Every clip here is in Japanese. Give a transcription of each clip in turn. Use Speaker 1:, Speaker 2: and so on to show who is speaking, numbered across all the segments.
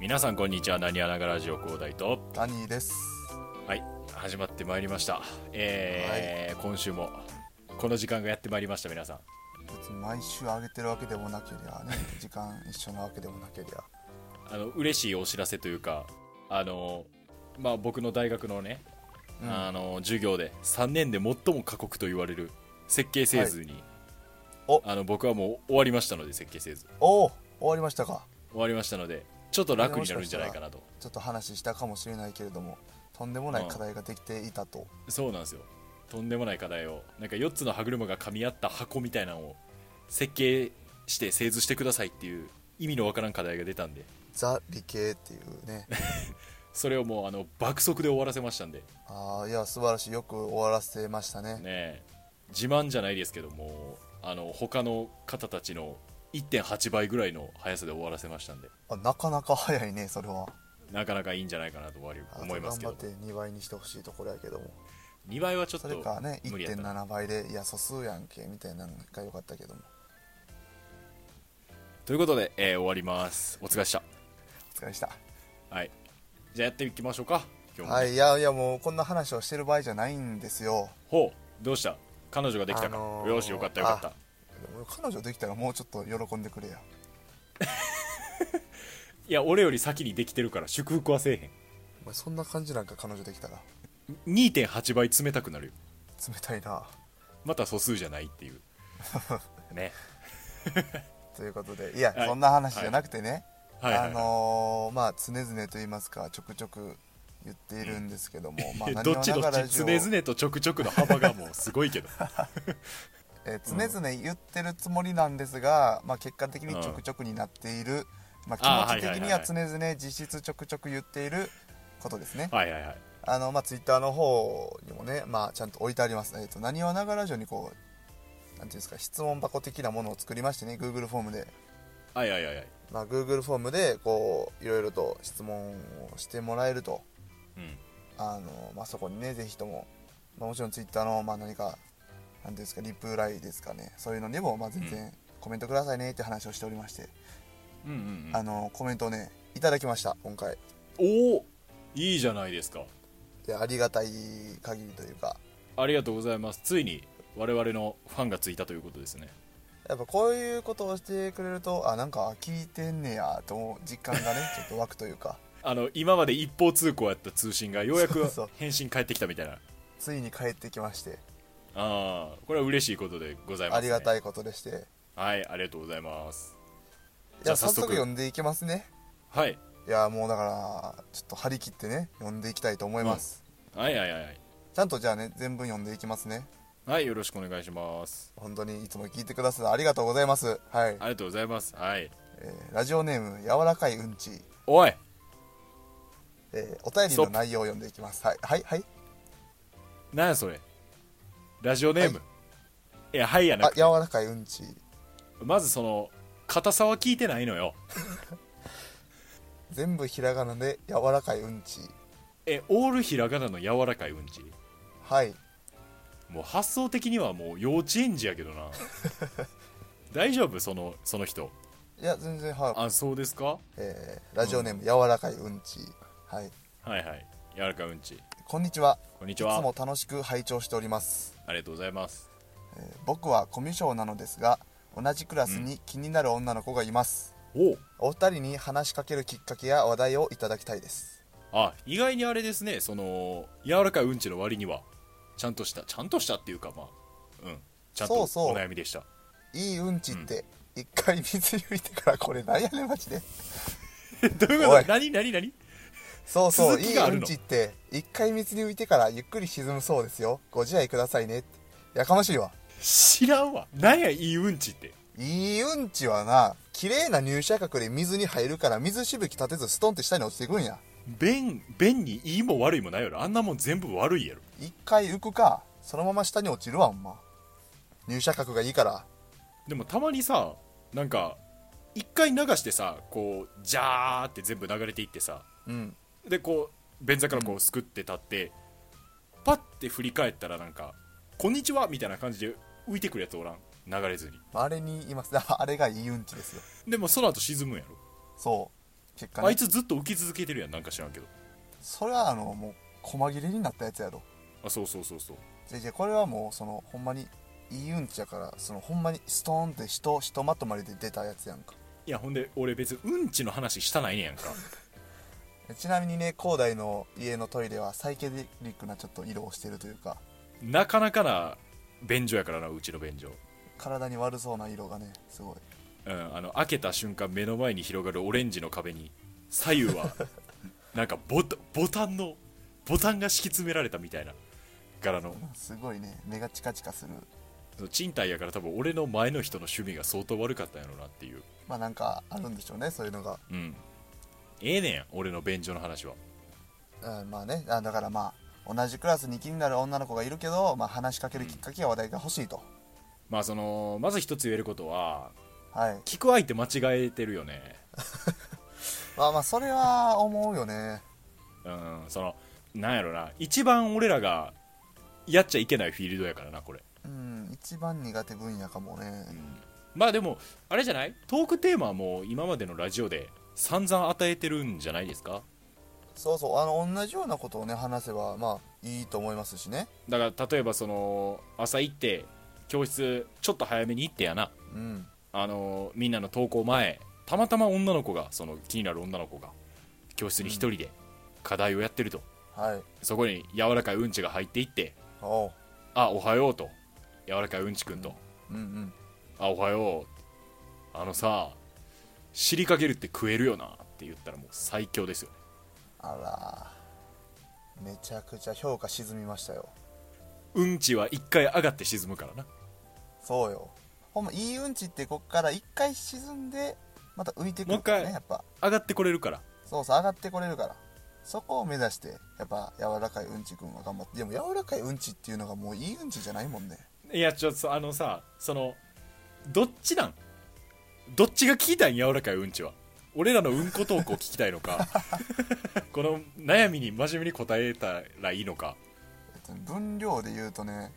Speaker 1: 皆さんこんにちはなにわながラジオ広大と
Speaker 2: ダニーです。
Speaker 1: はい始まってまいりましたえー今週もこの時間がやってまいりました皆さん
Speaker 2: 別に毎週上げてるわけでもなけりゃね、時間一緒なわけでもなけりゃ。
Speaker 1: あの嬉しいお知らせというかあのまあ僕の大学のね、
Speaker 2: うん
Speaker 1: あの授業で3年で最も過酷と言われる設計製図に、
Speaker 2: お
Speaker 1: あの僕はもう終わりましたので設計製図
Speaker 2: おお、終わりましたか。
Speaker 1: 終わりましたのでちょっと楽になるんじゃないかなと
Speaker 2: ちょっと話したかもしれないけれども、とんでもない課題ができていたと。
Speaker 1: そうなんですよとんでもない課題をなんか4つの歯車が噛み合った箱みたいなのを設計して製図してくださいっていう意味のわからん課題が出たんで
Speaker 2: ザ理系っていうね。
Speaker 1: それをもうあの爆速で終わらせましたんでね
Speaker 2: ああ、いや素晴らしい。よく終わらせましたね。
Speaker 1: え自慢じゃないですけどもあの他の方たちの1.8倍ぐらいの速さで終わらせましたんで
Speaker 2: あなかなか早いね、それは。
Speaker 1: なかなかいいんじゃないかなとは
Speaker 2: あ
Speaker 1: 思いますけど
Speaker 2: 頑張って2倍にしてほしいところやけども。
Speaker 1: 2倍はちょっ
Speaker 2: そ
Speaker 1: と
Speaker 2: れかね、
Speaker 1: 無理やったな
Speaker 2: 1.7倍で、いや素数やんけみたいなのが良かったけども。
Speaker 1: ということで、えー終わりますお疲れっした
Speaker 2: お疲れでした。
Speaker 1: はいじゃあやっていきましょうか今日もね、
Speaker 2: はい、いやいやもうこんな話をしてる場合じゃないんですよ。
Speaker 1: ほうどうした彼女ができたか、
Speaker 2: あのー
Speaker 1: よしよかったよかった
Speaker 2: あ俺彼女できたらもうちょっと喜んでくれや
Speaker 1: いや俺より先にできてるから祝福はせえ
Speaker 2: お前そんな感じなんか彼女できたら
Speaker 1: へん2.8倍冷たくなるよ
Speaker 2: 冷たいな
Speaker 1: また素数じゃない っていうね
Speaker 2: ということでいや、
Speaker 1: はい
Speaker 2: そんな話じゃなくてね、
Speaker 1: はいはい、
Speaker 2: あ
Speaker 1: は
Speaker 2: のーまあ常々と言いますかちょくちょく言っているんですけども、まあ
Speaker 1: い
Speaker 2: 何
Speaker 1: ど
Speaker 2: を
Speaker 1: っちどっ
Speaker 2: ながら
Speaker 1: ち常々とちょくちょくの幅がもうすごいけど
Speaker 2: えー常々言ってるつもりなんですが、まあ、結果的にちょくちょくになっている、ま
Speaker 1: あー
Speaker 2: あ、気持ち的に
Speaker 1: はいはいはいは
Speaker 2: はい常々実質ちょくちょく言っていることですね
Speaker 1: はいはいはい
Speaker 2: あのまあツイッターの方にもね、まあ、ちゃんと置いてありますえっ、と何をながら上にこうなんていうんですか質問箱的なものを作りましてね Google フォームで、
Speaker 1: はいはいはいはい
Speaker 2: まあ、Google フォームでこういろいろと質問をしてもらえると
Speaker 1: うん
Speaker 2: あの、まあ、そこにねぜひとも、まあ、もちろんツイッターの、まあ、何かなんていうんですかリプライですかねそういうのにも、まあ、全然コメントくださいねって話をしておりまして、
Speaker 1: うんうんう
Speaker 2: あ
Speaker 1: ん
Speaker 2: のコメントをねいただきました今回
Speaker 1: おおいいじゃないですか
Speaker 2: いやありがたい限りというか
Speaker 1: ありがとうございますついに我々のファンがついたということですね
Speaker 2: やっぱこういうことをしてくれるとあなんか聞いてんねやと思う実感 がねちょっと湧くというか
Speaker 1: あの今まで一方通行やった通信がようやく
Speaker 2: そうそう
Speaker 1: 返信返ってきたみたいな
Speaker 2: ついに帰ってきまして
Speaker 1: ああこれは嬉しいことでございます、
Speaker 2: あ
Speaker 1: ね、
Speaker 2: りがたいことでして
Speaker 1: はいありがとうございます
Speaker 2: い
Speaker 1: じゃあ
Speaker 2: や
Speaker 1: 早速
Speaker 2: 早速読んでいきますね
Speaker 1: はい
Speaker 2: いやもうだからちょっと張り切ってね読んでいきたいと思います、
Speaker 1: はいはいはいはい
Speaker 2: ちゃんとじゃあね全文読んでいきますね
Speaker 1: はいよろしくお願いします
Speaker 2: 本当にいつも聞いてくださってありがとうございますはい、
Speaker 1: ありがとうございますはい
Speaker 2: えーラジオネーム柔らかいうんち、
Speaker 1: おい
Speaker 2: えーお便りの内容を読んでいきますはいはいはい
Speaker 1: なんやそれラジオネーム、い、やはいやな
Speaker 2: あ
Speaker 1: くて
Speaker 2: 柔らかいうんち
Speaker 1: まずその硬さは聞いてないのよ
Speaker 2: 全部ひらがなで柔らかいうんち
Speaker 1: えオールひらがなの柔らかいうんち
Speaker 2: はい
Speaker 1: もう発想的にはもう幼稚園児やけど な大丈夫そのその人
Speaker 2: いや全然はい
Speaker 1: あそうですか
Speaker 2: えーラジオネーム、柔らかいうんち、はい、
Speaker 1: はいはい柔らかいうんち
Speaker 2: こんにちは
Speaker 1: こんに
Speaker 2: い
Speaker 1: ち
Speaker 2: つ
Speaker 1: は
Speaker 2: も楽しく拝聴しております、
Speaker 1: ありがとうございます
Speaker 2: えー僕はコミュ障なのですが同じクラスに気になる女の子がいます、
Speaker 1: おう
Speaker 2: お二人に話しかけるきっかけや話題をいただきたいです
Speaker 1: あ意外にあれですねその柔らかいうんちの割にはちゃんとしたちゃんとしたっていうかまあうんちゃんと
Speaker 2: そうそう
Speaker 1: お悩みでした
Speaker 2: いいうんちって、一回水入れてからこれ何やねんマジで
Speaker 1: どういう
Speaker 2: お
Speaker 1: こ
Speaker 2: い
Speaker 1: と何何何
Speaker 2: そうそう
Speaker 1: 続
Speaker 2: い
Speaker 1: き
Speaker 2: い
Speaker 1: があ
Speaker 2: う
Speaker 1: る
Speaker 2: ん
Speaker 1: の
Speaker 2: ちって一回水に浮いてからゆっくり沈むそうですよご自愛くださいねやかましいわ
Speaker 1: 知らんわ何やいいうんちって
Speaker 2: いいうんちはな綺麗な入射角で水に入るから水しぶき立てずストンって下に落ちていくんや
Speaker 1: 便便にいいも悪いもないやろあんなもん全部悪いやろ
Speaker 2: 一回浮くかそのまま下に落ちるわほんま入射角がいいから
Speaker 1: でもたまにさなんか一回流してさこうジャーって全部流れていってさ
Speaker 2: うん
Speaker 1: でこう便座からこうすくって立って、パッて振り返ったらなんか「こんにちは」みたいな感じで浮いてくるやつおらん流れずに
Speaker 2: あれにいますあれがいいうんちですよ
Speaker 1: でもその後沈むんやろ
Speaker 2: そ結果
Speaker 1: あ
Speaker 2: ね
Speaker 1: いつずっと浮き続けてるやんなんか知らんけど
Speaker 2: それはあのもう細切れになったやつやろ
Speaker 1: あそうそうそうそう
Speaker 2: じゃあじゃあこれはもうそのほんまにいい運ちやからそのほんまにストーンってひとひとまとまりで出たやつやんか
Speaker 1: いやほんで俺別にうんちの話したないねやんか
Speaker 2: ちなみにね広大の家のトイレはサイケデリックなちょっと色をしてるというか
Speaker 1: なかなかな便所やからなうちの便所
Speaker 2: 体に悪そうな色がねすごい
Speaker 1: うんあの開けた瞬間目の前に広がるオレンジの壁に左右は なんかボタボタンのボタンが敷き詰められたみたいな柄の
Speaker 2: すごいね目がチカチカする
Speaker 1: そう賃貸やから多分俺の前の人の趣味が相当悪かったんやろなっていう
Speaker 2: まあなんかあるんでしょうねそういうのが、
Speaker 1: うんええねん俺の便所の話は
Speaker 2: うん、まあねあだからまあ同じクラスに気になる女の子がいるけど、まあ、話しかけるきっかけや話題が欲しいと、
Speaker 1: まあそのまず一つ言えることは
Speaker 2: はい
Speaker 1: 聞く相手間違えてるよね
Speaker 2: まあまあそれは思うよね
Speaker 1: うんそのなんやろな一番俺らがやっちゃいけないフィールドやからなこれ
Speaker 2: うん一番苦手分野かもね、
Speaker 1: まあでもあれじゃないトークテーマはもう今までのラジオで散々与えてるんじゃないですか
Speaker 2: そうそうあの同じようなことをね話せばまあいいと思いますしね
Speaker 1: だから例えばその朝行って教室ちょっと早めに行ってやな
Speaker 2: うん
Speaker 1: あのみんなの登校前たまたま女の子がその気になる女の子が教室に一人で課題をやってると、
Speaker 2: はい
Speaker 1: そこに柔らかいうんちが入っていって
Speaker 2: おう
Speaker 1: 「あおはよう」と「柔らかいうんちくん」と
Speaker 2: うんうん
Speaker 1: 「あおはよう」あのさ尻かけるって食えるよなって言ったらもう最強ですよ
Speaker 2: あらめちゃくちゃ評価沈みましたよ
Speaker 1: うんちは一回上がって沈むからな
Speaker 2: そうよほんまいいうんちってこっから一回沈んでまた浮いてくるから
Speaker 1: もう一
Speaker 2: ね
Speaker 1: 回
Speaker 2: やっぱ
Speaker 1: 上がってこれるから
Speaker 2: そうそう上がってこれるからそこを目指してやっぱ柔らかいうんちくんは頑張ってでも柔らかいうんちっていうのがもういいうんちじゃないもんね
Speaker 1: いやちょっとあのさそのどっちなんどっちが聞きたいん柔らかいうんちは俺らのうんこトークを聞きたいの かこの悩みに真面目に答えたらいいのか、
Speaker 2: 分量で言うとね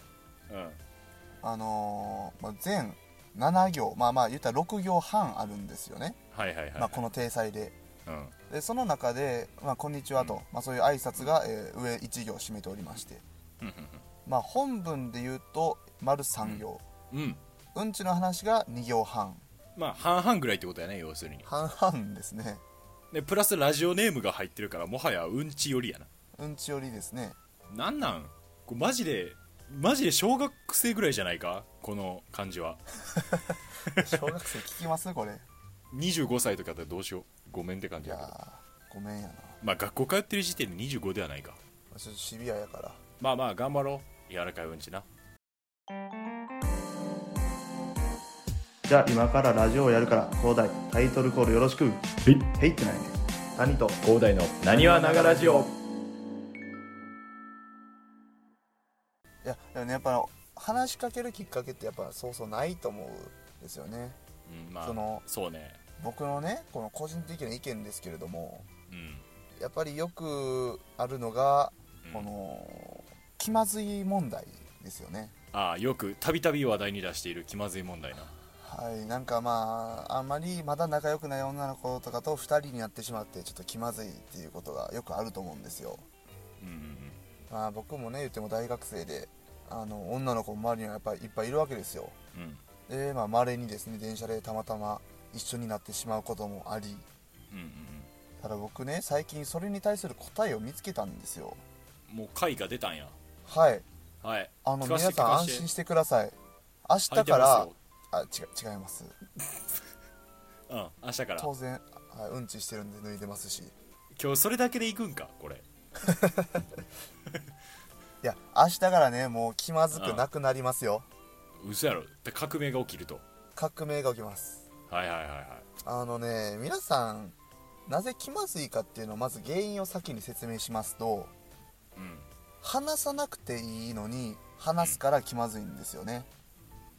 Speaker 1: うん、
Speaker 2: あのーまあ、全7行まあまあ言ったら6行半あるんですよね、
Speaker 1: はいはいはい、
Speaker 2: まあ、この体裁で
Speaker 1: うん、
Speaker 2: でその中で「まあ、こんにちはと」
Speaker 1: うん
Speaker 2: まあ、そういう挨拶が、えー上1行占めておりまして、
Speaker 1: うん
Speaker 2: まあ、本文で言うと丸3行、
Speaker 1: うんうん
Speaker 2: うん、ちの話が2行半
Speaker 1: まあ半々ぐらいってことやね要するに
Speaker 2: 半々ですね
Speaker 1: でプラスラジオネームが入ってるからもはやうんち寄りやな
Speaker 2: うんちよりですね
Speaker 1: なんなんこれマジでマジで小学生ぐらいじゃないかこの感じは
Speaker 2: 小学生聞きますこれ
Speaker 1: 25歳とかだったらどうしようごめんって感
Speaker 2: い
Speaker 1: じ
Speaker 2: や
Speaker 1: だけど
Speaker 2: ーごめんやな
Speaker 1: まあ学校通ってる時点で25ではないか
Speaker 2: ちょっとシビアやから
Speaker 1: まあまあ頑張ろう柔らかいうんちな
Speaker 3: じゃあ今からラジオをやるから広大タイトルコールよろしくはいいってないね谷と
Speaker 1: 広大のなにわながラジオ
Speaker 2: いやでもねやっぱ話しかけるきっかけってやっぱそうそうないと思うんですよね
Speaker 1: うんまあ
Speaker 2: その
Speaker 1: そうね
Speaker 2: 僕のねこの個人的な意見ですけれども
Speaker 1: うん
Speaker 2: やっぱりよくあるのが
Speaker 1: うん
Speaker 2: この気まずい問題ですよね
Speaker 1: ああよくたびたび話題に出している気まずい問題な
Speaker 2: はいなんかまああんまりまだ仲良くない女の子とかと2人になってしまってちょっと気まずいっていうことがよくあると思うんですよ
Speaker 1: うんうん
Speaker 2: まあ僕もね言っても大学生であの女の子も周りにはやっぱりいっぱいいるわけですよ
Speaker 1: うんうん
Speaker 2: でまあまれにですね電車でたまたま一緒になってしまうこともあり
Speaker 1: うんうん
Speaker 2: ただ僕ね最近それに対する答えを見つけたんですよ
Speaker 1: うんもう回が出たんや
Speaker 2: はい
Speaker 1: はい
Speaker 2: あの
Speaker 1: 聞か
Speaker 2: 皆
Speaker 1: せて
Speaker 2: さん安心してください明日からあ違違います
Speaker 1: らうん明日から
Speaker 2: 当然あうんちしてるんで脱いでますしい
Speaker 1: 今日それだけで行くんかこれ
Speaker 2: や明日からねもう気まずくなくなりますよ
Speaker 1: 嘘やろで革命が起きると
Speaker 2: 革命が起きます
Speaker 1: はいはいはいは
Speaker 2: あのね皆さんなぜ気まずいかっていうのをまず原因を先に説明しますと
Speaker 1: いうん
Speaker 2: 話さなくていいのに話すから気まずいんですよね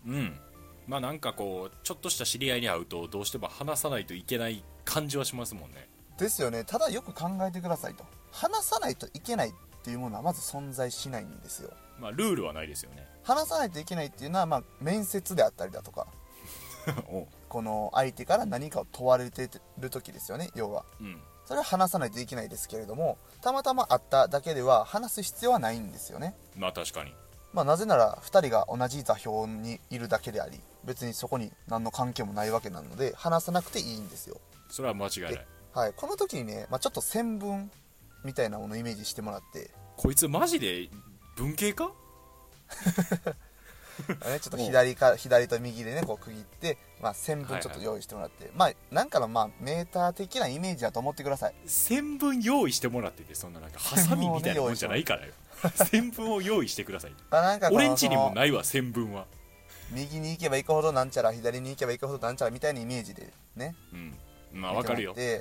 Speaker 1: うんまあなんかこうちょっとした知り合いに会うとどうしても話さないといけない感じはしますもんね
Speaker 2: ですよねただよく考えてくださいと話さないといけないっていうものはまず存在しないんですよ
Speaker 1: まあルールはないですよね
Speaker 2: 話さないといけないっていうのは、まあ、面接であったりだとか
Speaker 1: お
Speaker 2: この相手から何かを問われてる時ですよね要は
Speaker 1: うん
Speaker 2: それは話さないといけないですけれどもたまたま会っただけでは話す必要はないんですよね
Speaker 1: まあ確かに
Speaker 2: まあ、なぜなら2人が同じ座標にいるだけであり別にそこに何の関係もないわけなので話さなくていいんですよ、
Speaker 1: それは間違いない
Speaker 2: はい、この時にね、まあ、ちょっと線分みたいなものをイメージしても らって、
Speaker 1: こいつマジで文系か
Speaker 2: あね、ちょっと左か左と右でねこう区切って、まあ、線
Speaker 1: はいは
Speaker 2: 分
Speaker 1: い
Speaker 2: ちょっと用意してもらって、まあなんかのまあメーター的なイメージだと思ってください
Speaker 1: 線分用意してもらっててそんななんかハサミみたいなもんじゃないからよ 線分を用意してください
Speaker 2: まあ、なんかこ の
Speaker 1: 俺んちにも
Speaker 2: その
Speaker 1: ないわ線分は
Speaker 2: 右に行けば行くほどなんちゃら左に行けば行くほどなんちゃらみたいなイメージでね
Speaker 1: うんまあわかるよ
Speaker 2: 見、て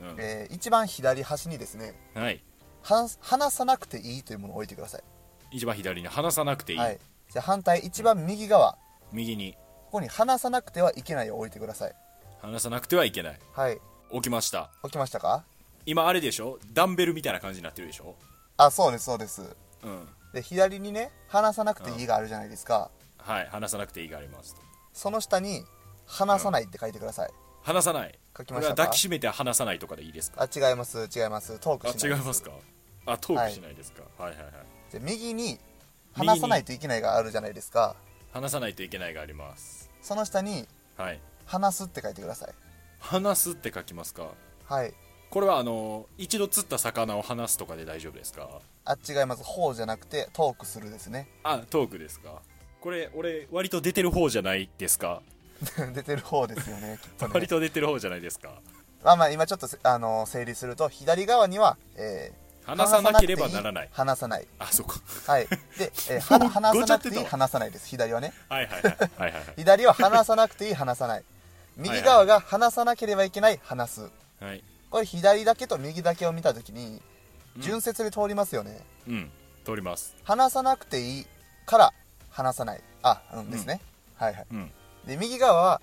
Speaker 1: う
Speaker 2: もらってえー一番左端にですね
Speaker 1: ん、はい
Speaker 2: 話す話さなくていいというものを置いてください
Speaker 1: 一番左に話さなくていい、
Speaker 2: はい、じゃあ反対一番右側
Speaker 1: 右に
Speaker 2: ここに離さなくてはいけないを置いてください
Speaker 1: 話さなくてはいけない
Speaker 2: はい
Speaker 1: 起きました
Speaker 2: 置きましたか
Speaker 1: 今あれでしょダンベルみたいな感じになってるでしょ
Speaker 2: あそうですそうです
Speaker 1: うん
Speaker 2: で左にね離さなくていいがあるじゃないですか
Speaker 1: はい話さなくていいがありますと
Speaker 2: その下に離さないって書いてください
Speaker 1: 話さない
Speaker 2: 書き
Speaker 1: こ
Speaker 2: ま
Speaker 1: れ
Speaker 2: し
Speaker 1: は
Speaker 2: たか
Speaker 1: 抱きしめて話さないとかでいいですか
Speaker 2: あ違います違いますトーク
Speaker 1: あ
Speaker 2: しない
Speaker 1: 違います
Speaker 2: か
Speaker 1: かあトークしないですか、はい、はいはい
Speaker 2: じゃあ右に
Speaker 1: 右に
Speaker 2: 離さないといけないがあるじゃないですか
Speaker 1: 話さないといけないがあります
Speaker 2: その下に
Speaker 1: はい
Speaker 2: 話すって書いてください
Speaker 1: 話すって書きますか
Speaker 2: はい
Speaker 1: これはあの一度釣った魚を話すとかで大丈夫ですか
Speaker 2: あ違います方じゃなくてトークするですね
Speaker 1: あトークですかこれ俺割と出てる方じゃないですか
Speaker 2: 出てる方ですよねきっとね
Speaker 1: 割と出てる方じゃないですか
Speaker 2: まあまあ今ちょっとせあの整理すると左側には、えー
Speaker 1: 話さなければならない
Speaker 2: 話さない
Speaker 1: あそこ
Speaker 2: はいで、えーは
Speaker 1: ご
Speaker 2: 話さなくて
Speaker 1: ごちゃってた
Speaker 2: いい
Speaker 1: わ
Speaker 2: 話さないです左はね
Speaker 1: はいはいはいはいはい
Speaker 2: 左は話さなくていい話さない右側が話さなければいけない話す
Speaker 1: はいはい
Speaker 2: これ左だけと右だけを見た時に
Speaker 1: うん
Speaker 2: 順接で通りますよね、
Speaker 1: うん通ります
Speaker 2: 話さなくていいから話さないあうんですね、はいはい
Speaker 1: うん
Speaker 2: で右側は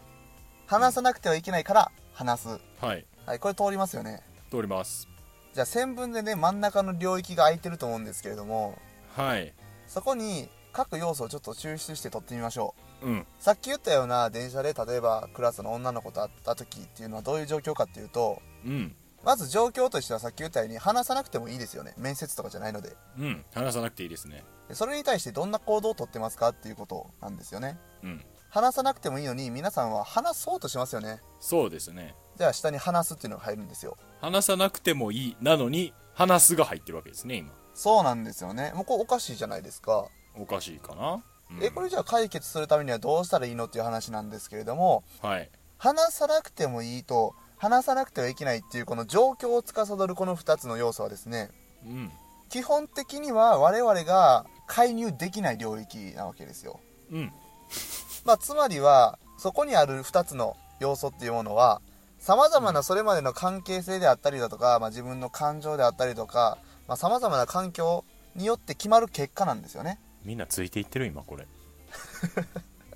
Speaker 2: 話さなくてはいけないから話す
Speaker 1: はい
Speaker 2: はいこれ通りますよね
Speaker 1: 通ります
Speaker 2: じゃあ線分でね真ん中の領域が空いてると思うんですけれども
Speaker 1: はい
Speaker 2: そこに各要素をちょっと抽出して取ってみましょう
Speaker 1: うん
Speaker 2: さっき言ったような電車で例えばクラスの女の子と会った時っていうのはどういう状況かっていうと
Speaker 1: うん
Speaker 2: まず状況としてはさっき言ったように話さなくてもいいですよね面接とかじゃないので
Speaker 1: うん話さなくていいですね
Speaker 2: でそれに対してどんな行動をとってますかっていうことなんですよね
Speaker 1: うん
Speaker 2: 話さなくてもいいのに皆さんは話そうとしますよね
Speaker 1: そうですね
Speaker 2: じゃあ下に話すっていうのが入るんですよ
Speaker 1: 話さなくてもいいなのに話すが入ってるわけですね今
Speaker 2: そうなんですよねもうこれおかしいじゃないですか
Speaker 1: おかしいかな、うん
Speaker 2: えこれじゃあ解決するためにはどうしたらいいのっていう話なんですけれども
Speaker 1: はい
Speaker 2: 話さなくてもいいと話さなくてはいけないっていうこの状況を司るこの2つの要素はですね
Speaker 1: うん
Speaker 2: 基本的には我々が介入できない領域なわけですよ、
Speaker 1: うん
Speaker 2: まあ、つまりはそこにある2つの要素っていうものはさまざまなそれまでの関係性であったりだとか、まあ、自分の感情であったりとかさまざ、まな環境によって決まる結果なんですよね
Speaker 1: みんなついていってる今これ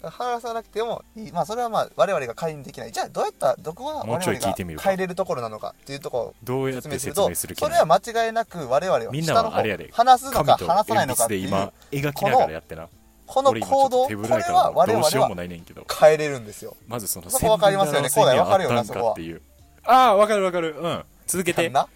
Speaker 2: 話さなくてもいい、まあ、それはまあ我々が介入できないじゃあどうやったどこが我
Speaker 1: もうちょい
Speaker 2: 々
Speaker 1: 聞い
Speaker 2: が
Speaker 1: てみるか
Speaker 2: 変えれるところなのかっていうところを
Speaker 1: どうやっ
Speaker 2: 説明
Speaker 1: て
Speaker 2: する
Speaker 1: 説
Speaker 2: と
Speaker 1: 明する気
Speaker 2: そ
Speaker 1: な
Speaker 2: れ
Speaker 1: の
Speaker 2: は間違いなく我々は
Speaker 1: みんな
Speaker 2: 下の
Speaker 1: は
Speaker 2: 方
Speaker 1: あれやで
Speaker 2: 話すの
Speaker 1: 紙
Speaker 2: か
Speaker 1: と
Speaker 2: 話さない
Speaker 1: 鉛
Speaker 2: のか
Speaker 1: 筆
Speaker 2: って
Speaker 1: で
Speaker 2: いう
Speaker 1: 今描き
Speaker 2: こ
Speaker 1: ながら
Speaker 2: の
Speaker 1: やってな
Speaker 2: この
Speaker 1: 俺今ちょ
Speaker 2: 行
Speaker 1: っと
Speaker 2: 動
Speaker 1: 手
Speaker 2: こ
Speaker 1: ぶ
Speaker 2: れ
Speaker 1: らやから
Speaker 2: は我
Speaker 1: どう
Speaker 2: 々
Speaker 1: しようも
Speaker 2: は
Speaker 1: ないねんけど
Speaker 2: 変えれるんですよ
Speaker 1: まずその
Speaker 2: そこわかりますよね
Speaker 1: 線分
Speaker 2: こ
Speaker 1: が
Speaker 2: うだよわかるよな
Speaker 1: あったんかっていうああわかるわかるうん続けて
Speaker 2: な、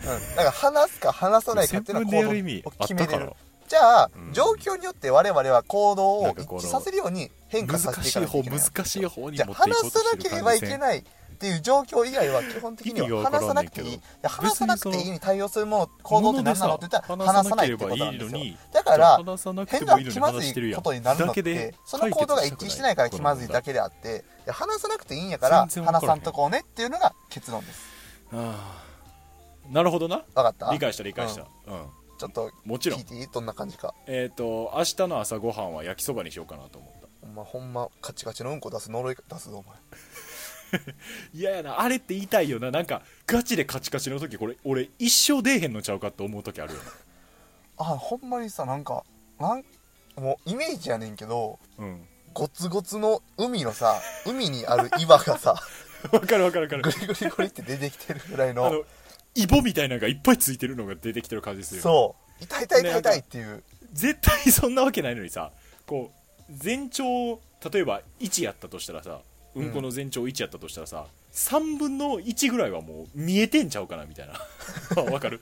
Speaker 2: うん、だから話すか話さないかっていうのは
Speaker 1: でやる意味
Speaker 2: 行動を
Speaker 1: あっ
Speaker 2: 決め
Speaker 1: た
Speaker 2: れ
Speaker 1: か
Speaker 2: る
Speaker 1: ら
Speaker 2: じゃあ、
Speaker 1: うん
Speaker 2: 状況によって我々は行動を
Speaker 1: なん
Speaker 2: 一
Speaker 1: かこの
Speaker 2: 致させるように変化させ
Speaker 1: 難
Speaker 2: てい
Speaker 1: し
Speaker 2: か
Speaker 1: い
Speaker 2: ないと
Speaker 1: 方
Speaker 2: いけない
Speaker 1: 難しい方に
Speaker 2: じ
Speaker 1: 持
Speaker 2: ゃ
Speaker 1: っ
Speaker 2: あ
Speaker 1: ていこ
Speaker 2: 話
Speaker 1: うと
Speaker 2: さ
Speaker 1: して
Speaker 2: なけ
Speaker 1: る
Speaker 2: れば
Speaker 1: 感じ
Speaker 2: いけ
Speaker 1: 線
Speaker 2: ないっていう状況以外は基本的に
Speaker 1: 意味が
Speaker 2: は
Speaker 1: わからん
Speaker 2: 話さなくていい
Speaker 1: ねん
Speaker 2: い
Speaker 1: けど
Speaker 2: や話さなくていいに対応するもの行動って何なのって言ったら
Speaker 1: 物
Speaker 2: 話
Speaker 1: で
Speaker 2: さ
Speaker 1: さ
Speaker 2: ないってことなんですよだ
Speaker 1: じ
Speaker 2: か
Speaker 1: ゃあ
Speaker 2: ら
Speaker 1: 話さなくて
Speaker 2: 変
Speaker 1: も
Speaker 2: ない
Speaker 1: いのに
Speaker 2: 気ま
Speaker 1: 話
Speaker 2: ず
Speaker 1: してる
Speaker 2: い
Speaker 1: やん
Speaker 2: ことになるのっ
Speaker 1: だけで
Speaker 2: てその行動が一致してないから気まずいだけであっていや話さなくていいんやから
Speaker 1: 全然わ
Speaker 2: 話
Speaker 1: から
Speaker 2: さ
Speaker 1: へん
Speaker 2: んとこうねっていうのが結論です
Speaker 1: ああなるほどな
Speaker 2: 分かった
Speaker 1: 理解した理解した、うん
Speaker 2: うんちょっと
Speaker 1: もちろん
Speaker 2: 聞いていいどんな感じか
Speaker 1: えっ、と明日の朝ごはんは焼きそばにしようかなと思った
Speaker 2: お前ほんまカチカチのうんこ出す呪い出すぞお前
Speaker 1: 嫌やなあれって言いたいよななんかガチでカチカチの時これ俺一生出えへんのちゃうかって思う時あるよ
Speaker 2: あほんまにさなんかなんもうイメージやねんけど
Speaker 1: な うん
Speaker 2: ゴツゴツの海 のさ海にある岩がさ
Speaker 1: わかるわかるわかる
Speaker 2: グリグリグリって出てきてるぐらい
Speaker 1: あ
Speaker 2: の
Speaker 1: のイボみたいなのがいっぱいついてるのが出てきてる感じするよ
Speaker 2: そう痛い痛い痛い痛いっていう
Speaker 1: 絶対そんなわけないのにさこう全長例えば1やったとしたらさうんこの全長1やったとしたらさ、3分の1ぐらいはもう見えてんちゃうかなみたいな わかる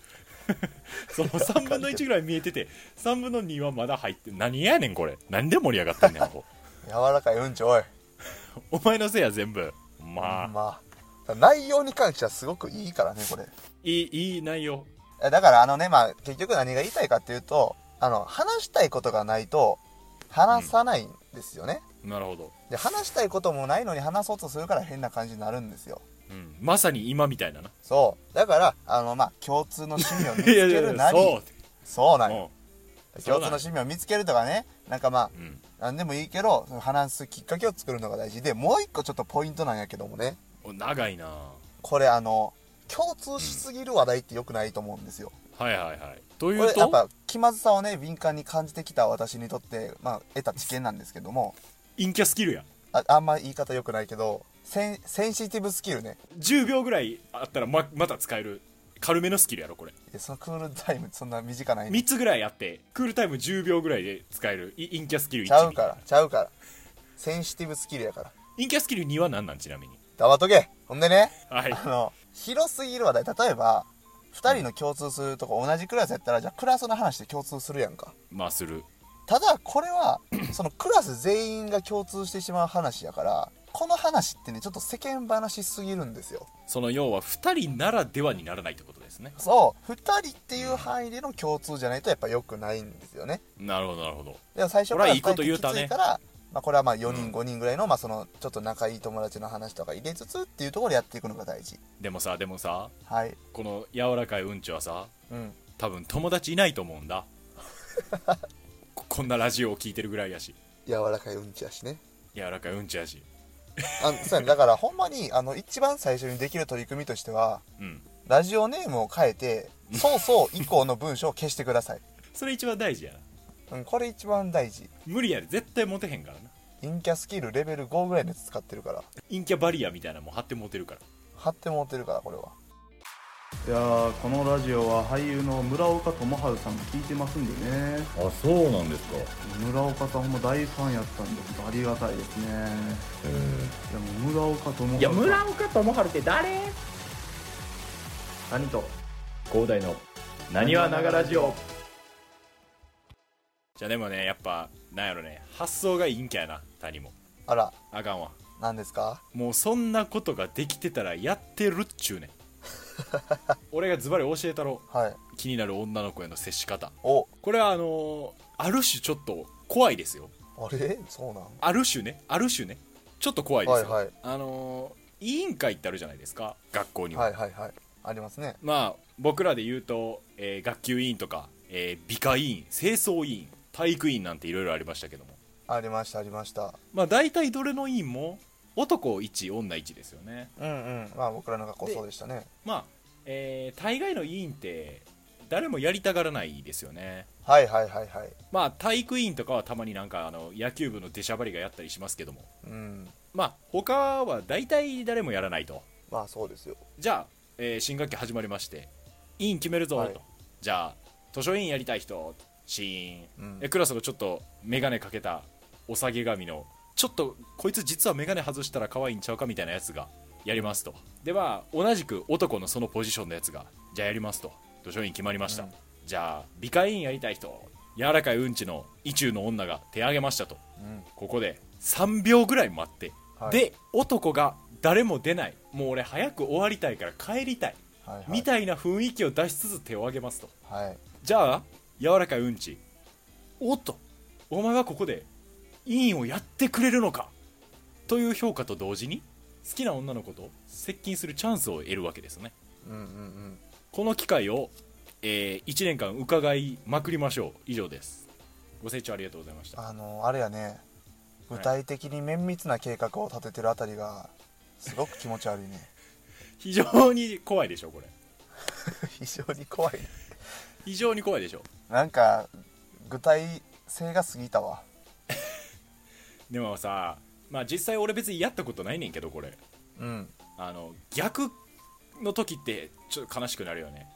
Speaker 1: その3分の1ぐらい見えてて3分の2はまだ入って何やねんこれ何で盛り上がってんねんアホ
Speaker 2: 柔らかいうんちおい
Speaker 1: お前のせいや全部まあ、
Speaker 2: まあ内容に関してはすごくいいからねこれ
Speaker 1: いいいい内容
Speaker 2: えだからあのねまあ結局何が言いたいかっていうとあの話したいことがないと話さないんですよね、
Speaker 1: なるほど、
Speaker 2: で話したいこともないのに話そうとするから変な感じになるんですよ
Speaker 1: うん、まさに今みたいなな
Speaker 2: そうだからあのまあ共通の趣味 を見つ
Speaker 1: い
Speaker 2: け
Speaker 1: やいや
Speaker 2: る
Speaker 1: いや
Speaker 2: なり
Speaker 1: そう
Speaker 2: そうなんよ
Speaker 1: も
Speaker 2: 共通の趣味を見つけるとかねなんかまあ
Speaker 1: う、うん、
Speaker 2: 何でもいいけどその話すきっかけを作るのが大事でもう一個ちょっとポイントなんやけどもね
Speaker 1: お長いなは
Speaker 2: これあの共通しすぎる話題って良くないと思うんですよ、
Speaker 1: いはいはいとい
Speaker 2: こ
Speaker 1: う
Speaker 2: れや
Speaker 1: と
Speaker 2: っぱ気まずさをね敏感に感じてきた私にとって、まあ、得た知見なんですけども
Speaker 1: 陰キャスキルや
Speaker 2: ああんま言い方良くないけどセンセンシティブスキルね
Speaker 1: 10秒ぐらいあったらままた使える軽めのスキルやろこれ
Speaker 2: いやそのクールタイムそんな短ない
Speaker 1: 3つぐらいあってクールタイム10秒ぐらいで使えるい陰キャスキル1
Speaker 2: ちゃうからちゃうからセンシティブスキルやから
Speaker 1: 陰キャスキル2は何なんちなみに
Speaker 2: 黙っとけほんでね
Speaker 1: はい
Speaker 2: あの広すぎる話題例えば2人の共通するとこ同じクラスやったらじゃあクラスの話で共通するやんか
Speaker 1: まあする
Speaker 2: ただこれ はそのクラス全員が共通してしまう話やからこの話ってねちょっと世間話しすぎるんですよ
Speaker 1: その要は2人ならではにならないってことですね
Speaker 2: そう2人っていう範囲での共通じゃないとやっぱ良くないんですよね
Speaker 1: なるほどなるほど
Speaker 2: でも最初か
Speaker 1: これ
Speaker 2: ら
Speaker 1: はいいこと言うた
Speaker 2: 二人
Speaker 1: ね
Speaker 2: きついから、まあ、これはまあ4
Speaker 1: う
Speaker 2: 人
Speaker 1: ん
Speaker 2: 5人ぐらいの,、まあそのちょっと仲いい友達の話とか入れつつっていうところでやっていくのが大事
Speaker 1: でもさでもさ
Speaker 2: はい
Speaker 1: この柔らかいうんちはさ
Speaker 2: うん
Speaker 1: 多分友達いないと思うん だここんなラジオを聞いてるぐらいやし
Speaker 2: 柔らかいうんちやしね
Speaker 1: 柔らかいうんちやし
Speaker 2: あそうやねだからほんまにあの一番最初にできる取り組みとしては
Speaker 1: うん
Speaker 2: ラジオネームを変えて「そうそう」以降の文章を消してください、
Speaker 1: それ一番大事やな
Speaker 2: うん、これ一番大事
Speaker 1: 無理やで絶対モテへんからな
Speaker 2: 陰キャスキルレベル5ぐらいのやつ使ってるから
Speaker 1: 陰キャバリアみたいなのも貼ってモテるから
Speaker 2: 貼ってもうてるからこれはい
Speaker 3: やーこのラジオは俳優の村岡智春さんも聞いてますんでね
Speaker 4: あそうなんですか
Speaker 3: 村岡さんも大ファンやったんでありがたいですねいや
Speaker 4: う
Speaker 3: もう村岡智
Speaker 4: ん
Speaker 3: 春
Speaker 4: いや村岡智春って誰
Speaker 3: 何と
Speaker 4: 広大のな
Speaker 3: に
Speaker 4: に
Speaker 3: わ
Speaker 4: わ
Speaker 3: な
Speaker 4: な
Speaker 3: がラ
Speaker 4: がラ
Speaker 3: ジ
Speaker 4: ジ
Speaker 3: オ
Speaker 4: オ
Speaker 1: じゃあでもねやっぱなんやろね発想が陰キャやな谷も
Speaker 2: あら
Speaker 1: あかんわ
Speaker 2: 何ですか
Speaker 1: もうそんなことができてたらやってるっち ゅうねん俺がズバリ教えたろ
Speaker 2: はい
Speaker 1: 気になる女の子への接し方
Speaker 2: お
Speaker 1: これはあのーある種ちょっと怖いですよ
Speaker 2: あれそうなん
Speaker 1: ある種ねある種ねちょっと怖いですよ、
Speaker 2: はいはい
Speaker 1: あのー委員会ってあるじゃないですか学校には、
Speaker 2: はいはいはいありますね
Speaker 1: まあ僕らで言うと、えー学級委員とか、えー美化委員清掃委員体育委員なんていろいろありましたけども
Speaker 2: ありましたありました
Speaker 1: まあ大体どれの委員も男1女1ですよね
Speaker 2: うんうんまあ僕らの学校そうでしたね
Speaker 1: まあ、えー大概の委員って誰もやりたがらないですよね
Speaker 2: はいはいはいはい
Speaker 1: まあ体育委員とかはたまになんかあの野球部の出しゃばりがやったりしますけども
Speaker 2: うん
Speaker 1: まあ他は大体誰もやらないと
Speaker 2: まあそうですよ
Speaker 1: じゃあ、えー新学期始まりまして委員決めるぞと、
Speaker 2: はい
Speaker 1: じゃあ図書委員やりたい人シーン、
Speaker 2: うん
Speaker 1: えクラスのちょっと眼鏡かけたお下げ髪のちょっとこいつ実は眼鏡外したら可愛いんちゃうかみたいなやつがやりますとでは同じく男のそのポジションのやつがじゃあやりますと図書委員決まりました、
Speaker 2: うん
Speaker 1: じゃあ美化委員やりたい人柔らかいうんちの意中の女が手挙げましたと
Speaker 2: うん
Speaker 1: ここで3秒ぐらい待って、
Speaker 2: はい
Speaker 1: で男が誰も出ないもう俺早く終わりたいから帰りたい、
Speaker 2: はいはい
Speaker 1: みたいな雰囲気を出しつつ手を挙げますと
Speaker 2: はい
Speaker 1: じゃあ柔らかいうんちおっとお前はここで委員をやってくれるのかという評価と同時に好きな女の子と接近するチャンスを得るわけですね
Speaker 2: うんうんうん
Speaker 1: この機会を、え1年間伺いまくりましょう以上ですご清聴ありがとうございました
Speaker 2: あのあれやね具体的に綿密な計画を立ててるあたりがすごく気持ち悪いね
Speaker 1: 非常に怖いでしょこれ
Speaker 2: 非常に怖い
Speaker 1: 非常に怖いでしょ
Speaker 2: なんか具体性が過ぎたわ
Speaker 1: でもさまあ実際俺別にやったことないねんけどこれ
Speaker 2: うん
Speaker 1: あの逆の時ってちょっと悲しくなるよね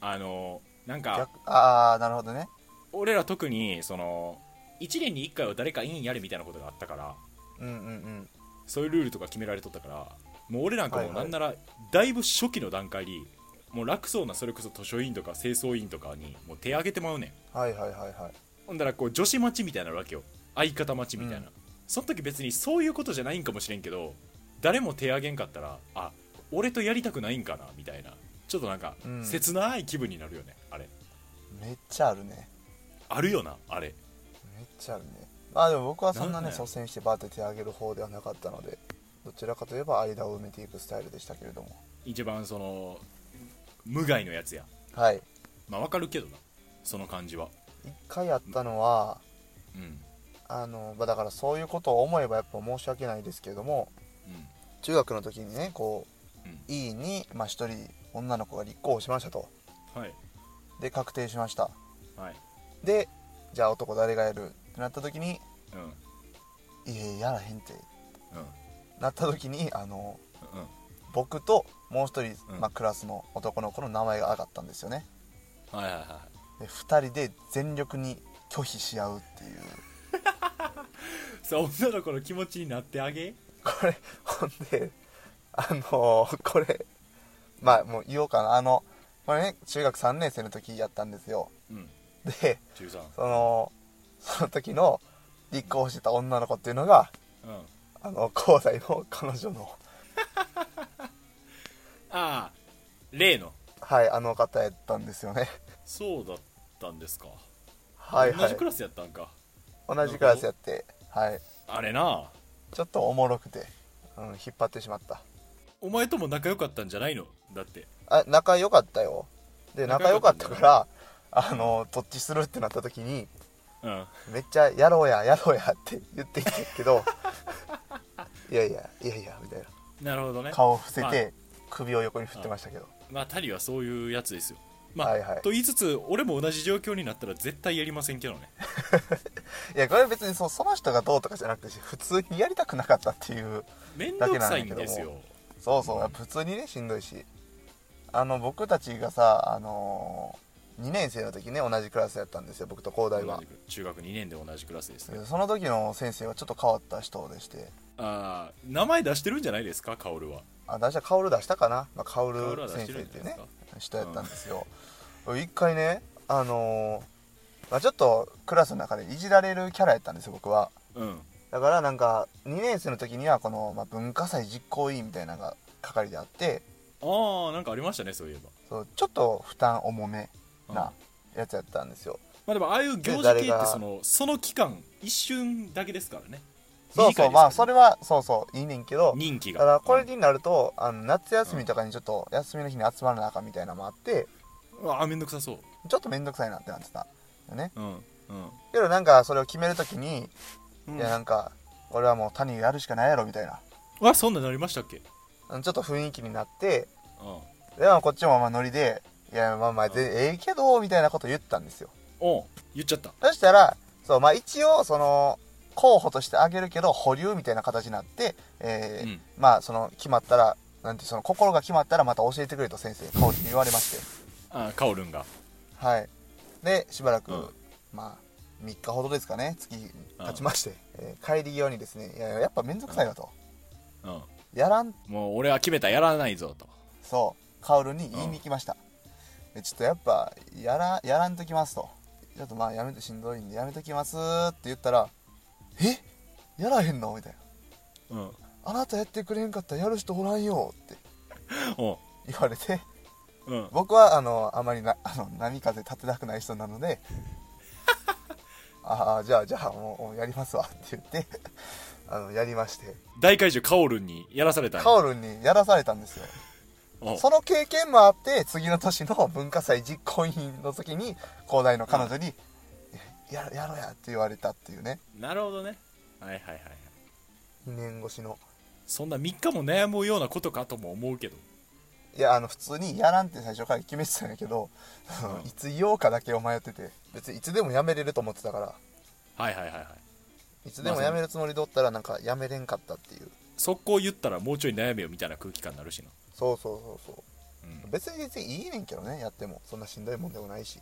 Speaker 1: あのなんか
Speaker 2: 逆ああなるほどね
Speaker 1: 俺ら特にその1年に1回は誰か委員やれみたいなことがあったから
Speaker 2: うんうんうん
Speaker 1: そういうルールとか決められとったからもう俺なんか
Speaker 2: はい
Speaker 1: も
Speaker 2: は
Speaker 1: う
Speaker 2: い
Speaker 1: なんならだいぶ初期の段階にもう楽そうなそれこそ図書委員とか清掃委員とかにもう手挙げてまうねん
Speaker 2: はいはいはいはい
Speaker 1: ほんだらこう女子待ちみたいなのあるわけよ相方待ちみたいな、
Speaker 2: うん
Speaker 1: その時別にそういうことじゃないんかもしれんけど誰も手挙げんかったらあ俺とやりたくないんかなみたいなちょっとなんか、
Speaker 2: うん
Speaker 1: 切ない気分になるよねあれ
Speaker 2: めっちゃあるね
Speaker 1: あるよなあれ
Speaker 2: めっちゃあるねまあでも僕はそんな
Speaker 1: な
Speaker 2: ね
Speaker 1: んかね
Speaker 2: 率先してバーって手上げる方ではなかったのでどちらかといえば間を埋めていくスタイルでしたけれども
Speaker 1: 一番その無害のやつや
Speaker 2: はい
Speaker 1: まあわかるけどなその感じは
Speaker 2: 一回やったのは
Speaker 1: うんうん
Speaker 2: あの、まあ、だからそういうことを思えばやっぱ申し訳ないですけれども中学の時にねこ
Speaker 1: う
Speaker 2: う、
Speaker 1: ん
Speaker 2: 委員に、まあ、一人女の子が立候補しましたと
Speaker 1: はい
Speaker 2: で確定しました
Speaker 1: はい
Speaker 2: でじゃあ男誰がやるってなった時に
Speaker 1: うんうん
Speaker 2: 「いややらへん」ってなった時にあの
Speaker 1: うん
Speaker 2: 僕ともう一人、
Speaker 1: うん
Speaker 2: まあ、クラスの男の子の名前が上がったんですよね
Speaker 1: はいはいは
Speaker 2: で2人で全力に拒否し合うっていう
Speaker 1: いさあ女の子の気持ちになってあげ
Speaker 2: これほんであのこれまあもう言おうかなあのこれね中学3年生の時やったんですよ
Speaker 1: うん
Speaker 2: で
Speaker 1: 13
Speaker 2: そのその時の立候補してた女の子っていうのが
Speaker 1: うん
Speaker 2: あの高大の彼女の
Speaker 1: ああ例の
Speaker 2: はいあの方やったんですよ ね
Speaker 1: そうだったんですか、
Speaker 2: はい
Speaker 1: 同
Speaker 2: は
Speaker 1: じ
Speaker 2: い
Speaker 1: クラスやったんか
Speaker 2: 同じクラスやってはい
Speaker 1: あれな
Speaker 2: ちょっとおもろくて、うん、引っ張ってしまった
Speaker 1: お前とも仲良かったんじゃないのだって
Speaker 2: あ仲良かったよで仲
Speaker 1: 仲
Speaker 2: 良
Speaker 1: 良か
Speaker 2: かっ
Speaker 1: ったた
Speaker 2: からあのどっちするってなった時に
Speaker 1: うん
Speaker 2: めっちゃ「やろうややろうや」 って言ってきた けどいやいやいやいやみたいな
Speaker 1: なるほどね
Speaker 2: 顔を伏せ
Speaker 1: まあ
Speaker 2: て首を横に振ってましたけど
Speaker 1: まあタリはそういうやつですよまあ、
Speaker 2: はいはい
Speaker 1: と言いつつ俺も同じ状況になったら絶対やりませんけど ね
Speaker 2: いやこれは別にそうその人がどうとかじゃなくて普通にやりたくなかったっていう
Speaker 1: 面倒くさいんです
Speaker 2: だけなん
Speaker 1: よ
Speaker 2: そうそうやっぱ普通にねしんどいしあの僕たちがさあの2年生の時ね同じクラスやったんですよ僕と広大は
Speaker 1: 同じく中学2年で同じクラスですね
Speaker 2: その時の先生はちょっと変わった人でして
Speaker 1: ああ名前出してるんじゃないですかカオルは
Speaker 2: あ出したカオル出したかな、まあ、カオル
Speaker 1: カオルは出し
Speaker 2: 先
Speaker 1: て
Speaker 2: 生っ
Speaker 1: るんじゃ
Speaker 2: てい
Speaker 1: ない
Speaker 2: う
Speaker 1: で
Speaker 2: ね
Speaker 1: すか
Speaker 2: 人やったんですよ、一回ねあのーまあ、ちょっとクラスの中でいじられるキャラやったんですよ僕は
Speaker 1: うん
Speaker 2: だからなんか2年生の時にはこの、まあ、文化祭実行委員みたいなのが係であって
Speaker 1: ああなんかありましたねそういえば
Speaker 2: そうちょっと負担重め
Speaker 1: うん
Speaker 2: なやつやったんですよ、
Speaker 1: まあでもああいう行
Speaker 2: で
Speaker 1: 事
Speaker 2: 誰
Speaker 1: 系っ
Speaker 2: が
Speaker 1: てそのその期間一瞬だけですからね
Speaker 2: そうそ
Speaker 1: 短い
Speaker 2: う、
Speaker 1: ですからね
Speaker 2: まあそれはそうそういいねんけど
Speaker 1: 任期
Speaker 2: だ
Speaker 1: が
Speaker 2: からこれになるとあの夏休みとかにちょっと休みの日に集まらなあかんみたいなのもあって
Speaker 1: うんああめんどくさそ
Speaker 2: ちょっと面倒くさいなってなってたよね
Speaker 1: ううんうん
Speaker 2: けどなんかそれを決めるときに、
Speaker 1: うん
Speaker 2: いやなんか俺はもう谷がやるしかないやろみたいな
Speaker 1: あそんなになりましたっけ
Speaker 2: うんちょっと雰囲気になって
Speaker 1: うん
Speaker 2: でまあこっちもまあノリで「いやまあまあ
Speaker 1: うん
Speaker 2: でええけど」みたいなこと言ったんですよ
Speaker 1: おう言っちゃった
Speaker 2: そしたらそうまあ一応その候補としてあげるけど保留みたいな形になって、えー
Speaker 1: うん
Speaker 2: まあその決まったらなんていうその心が決まったらまた教えてくれと先生こう言われまして
Speaker 1: あカオルンが
Speaker 2: はいでしばらく、
Speaker 1: うん
Speaker 2: まあ3日ほどですかね月経ちまして、えー帰り際にですねいやいややっぱ面倒くさいわと、
Speaker 1: うん
Speaker 2: やらん
Speaker 1: もう俺は決めたやらないぞと
Speaker 2: そうカオルに言いに来ました、でちょっとやっぱやらやらんときますとちょっとまあやめてしんどいんでやめときますって言ったら「えやらへんの?」みたいな
Speaker 1: うん
Speaker 2: 「あなたやってくれへんかったらやる人おらんよ」って
Speaker 1: おう
Speaker 2: 言われて
Speaker 1: うん
Speaker 2: 僕はあのあまりなあの波風立てたくない人なので「ああじゃあじゃあもうもうやりますわ」って言ってあのやりまして
Speaker 1: 大怪獣カオルンにやらされたんや
Speaker 2: カオルにやらされたんですよ
Speaker 1: おう
Speaker 2: その経験もあって次の年の文化祭実行委員の時に広大の彼女に「ややろうや」って言われたっていうね
Speaker 1: なるほどねはいはいはいはい
Speaker 2: 2年越しの
Speaker 1: そんな3日も悩むようなことかとも思うけど
Speaker 2: いやあの普通に「やらん」って最初から決めてたんやけど、あの
Speaker 1: うん
Speaker 2: いつ言おうかだけを迷ってて別にいつでもやめれると思ってたから
Speaker 1: はいはいはいはい
Speaker 2: いつでもやめるつもりでおったらなんかやめれんかったっていう
Speaker 1: 速攻言ったらもうちょい悩めよみたいな空気感になるしな
Speaker 2: そうそうそうそう
Speaker 1: うん
Speaker 2: 別に別にいいねんけどねやってもそんなしんどいもんでもないし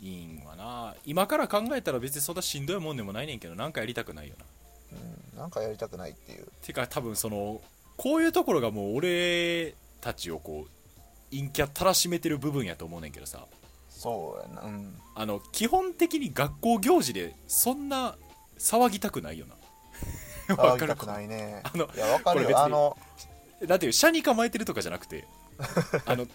Speaker 1: いいんはな今から考えたら別にそんなしんどいもんでもないねんけどなんかやりたくないよな
Speaker 2: うん、なんかやりたくないっていう
Speaker 1: てか多分そのこういうところがもう俺たちをこう陰キャたらしめてる部分やと思うねんけどさ
Speaker 2: そうやなうん
Speaker 1: あの基本的に学校行事でそんな騒ぎたくないよなわか
Speaker 2: 騒ぎ
Speaker 1: る
Speaker 2: たくないね
Speaker 1: あの
Speaker 2: いやわかる
Speaker 1: これ別
Speaker 2: よ
Speaker 1: に
Speaker 2: あの
Speaker 1: だって車に構えてるとかじゃなくてあの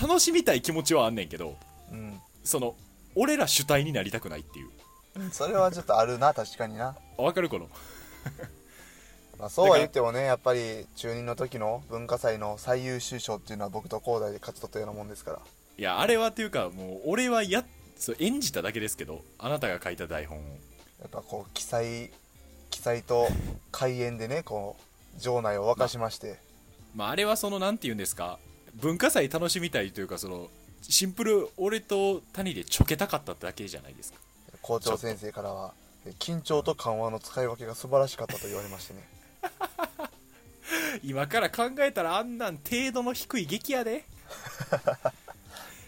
Speaker 1: 楽しみたい気持ちはあんねんけど
Speaker 2: うん
Speaker 1: その俺ら主体になりたくないっていう
Speaker 2: それはちょっとあるな確かにな、
Speaker 1: わかるこの
Speaker 2: まあ、そうは言ってもねやっぱり中任の時の文化祭の最優秀賞っていうのは僕と高大で勝ち取ったようなもんですから
Speaker 1: いやあれはっていうかもう俺はやそう演じただけですけどあなたが書いた台本を
Speaker 2: やっぱこう記載記載と開演でねこう場内を沸かしまして、
Speaker 1: まあ、あれはそのなんて言うんですか文化祭楽しみたいというかそのシンプル俺と谷でちょけたかっただけじゃないですか
Speaker 2: 校長先生からは緊張と緩和の使い分けが素晴らしかったと言われましてね
Speaker 1: 今から考えたらあんなん程度の低い劇やで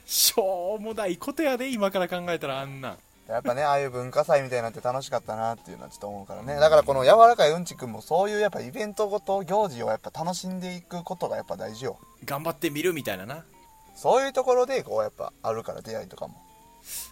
Speaker 1: しょうもないことやで今から考えたらあんなん
Speaker 2: やっぱねああいう文化祭みたいになって楽しかったなっていうのはちょっと思うからねだからこの柔らかいうんちくんもそういうやっぱイベントごと行事をやっぱ楽しんでいくことがやっぱ大事よ
Speaker 1: 頑張ってみるみたいなな、ま
Speaker 2: そういうところでこうやっぱあるから出会いとかも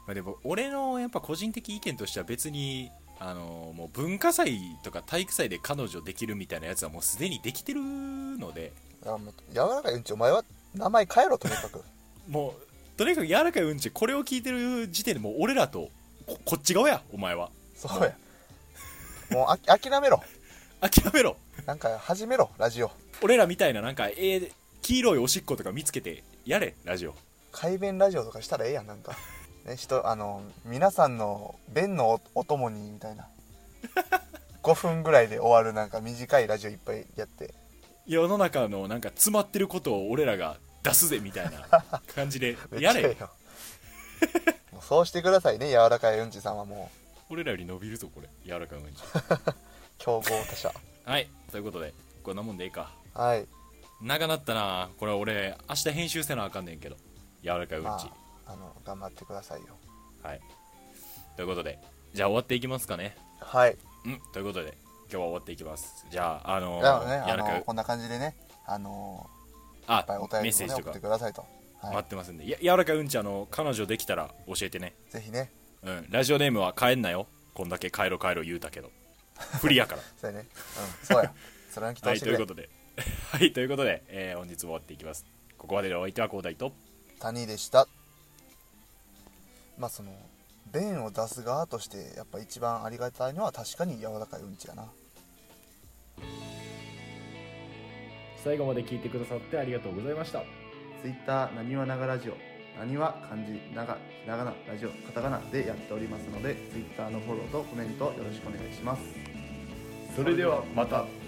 Speaker 1: あ、でも俺のやっぱ個人的意見としては別にあのもう文化祭とか体育祭で彼女できるみたいなやつはもうすでにできてるので
Speaker 2: だからもう柔らかいうんちお前は名前変えろとにか く
Speaker 1: もうとにかく柔らかいうんちこれを聞いてる時点でもう俺らとここっち側やお前は
Speaker 2: そうやもうあき諦めろ
Speaker 1: 諦めろ
Speaker 2: なんか始めろラジオ
Speaker 1: 俺らみたいななんかえー黄色いおしっことか見つけてやれラジオ
Speaker 2: 改弁ラジオとかしたらええやんなんか、ね、人あの皆さんの弁のおお供にみた いな5分ぐらいで終わるなんか短いラジオいっぱいやって
Speaker 1: 世の中のなんか詰まってることを俺らが出すぜみたいな感じで
Speaker 2: めっちゃ
Speaker 1: や
Speaker 2: ええ
Speaker 1: れ
Speaker 2: やんもうそうしてくださいね柔らかいうんちさんはもう
Speaker 1: 俺らより伸びるぞこれ柔らかいうんち
Speaker 2: 競合他社
Speaker 1: はいということでこんなもんでいいか
Speaker 2: はい
Speaker 1: 長なったなこれ俺明日編集せなあかんねんけど柔らかいうんち、
Speaker 2: まああの頑張ってくださいよ
Speaker 1: はいということでじゃあ終わっていきますかね
Speaker 2: はい
Speaker 1: うん、ということで今日は終わっていきますじゃああの
Speaker 2: だからね
Speaker 1: や
Speaker 2: あ
Speaker 1: らか
Speaker 2: の
Speaker 1: い
Speaker 2: こんな感じでねあの
Speaker 1: あ
Speaker 2: いっぱいお
Speaker 1: メッ
Speaker 2: 便り
Speaker 1: セー
Speaker 2: も、
Speaker 1: ジ
Speaker 2: ね、
Speaker 1: と
Speaker 2: 送
Speaker 1: か
Speaker 2: ってくださいと、はい
Speaker 1: 待ってますんで、ややらかいうんちあの彼女できたら教えてね
Speaker 2: ぜひね
Speaker 1: うんラジオネームは帰んなよこんだけ帰ろ帰ろ言うたけど不利やから
Speaker 2: そうやねうんそ うや貫き
Speaker 1: は
Speaker 2: 通
Speaker 1: い
Speaker 2: して
Speaker 1: とい
Speaker 2: く
Speaker 1: うこ
Speaker 2: れ、
Speaker 1: とで はいということで、えー本日も終わっていきますここまでのお相手は広大と
Speaker 2: 谷でしたまあその便を出す側としてやっぱ一番ありがたいのは確かに柔らかいうんちやな
Speaker 4: 最後まで聞いてくださってありがとうございました。
Speaker 3: Twitter なにわながラジオなにわ漢字ながひらがなラジオカタカナでやっておりますので Twitter のフォローとコメントよろしくお願いします
Speaker 4: それではまた。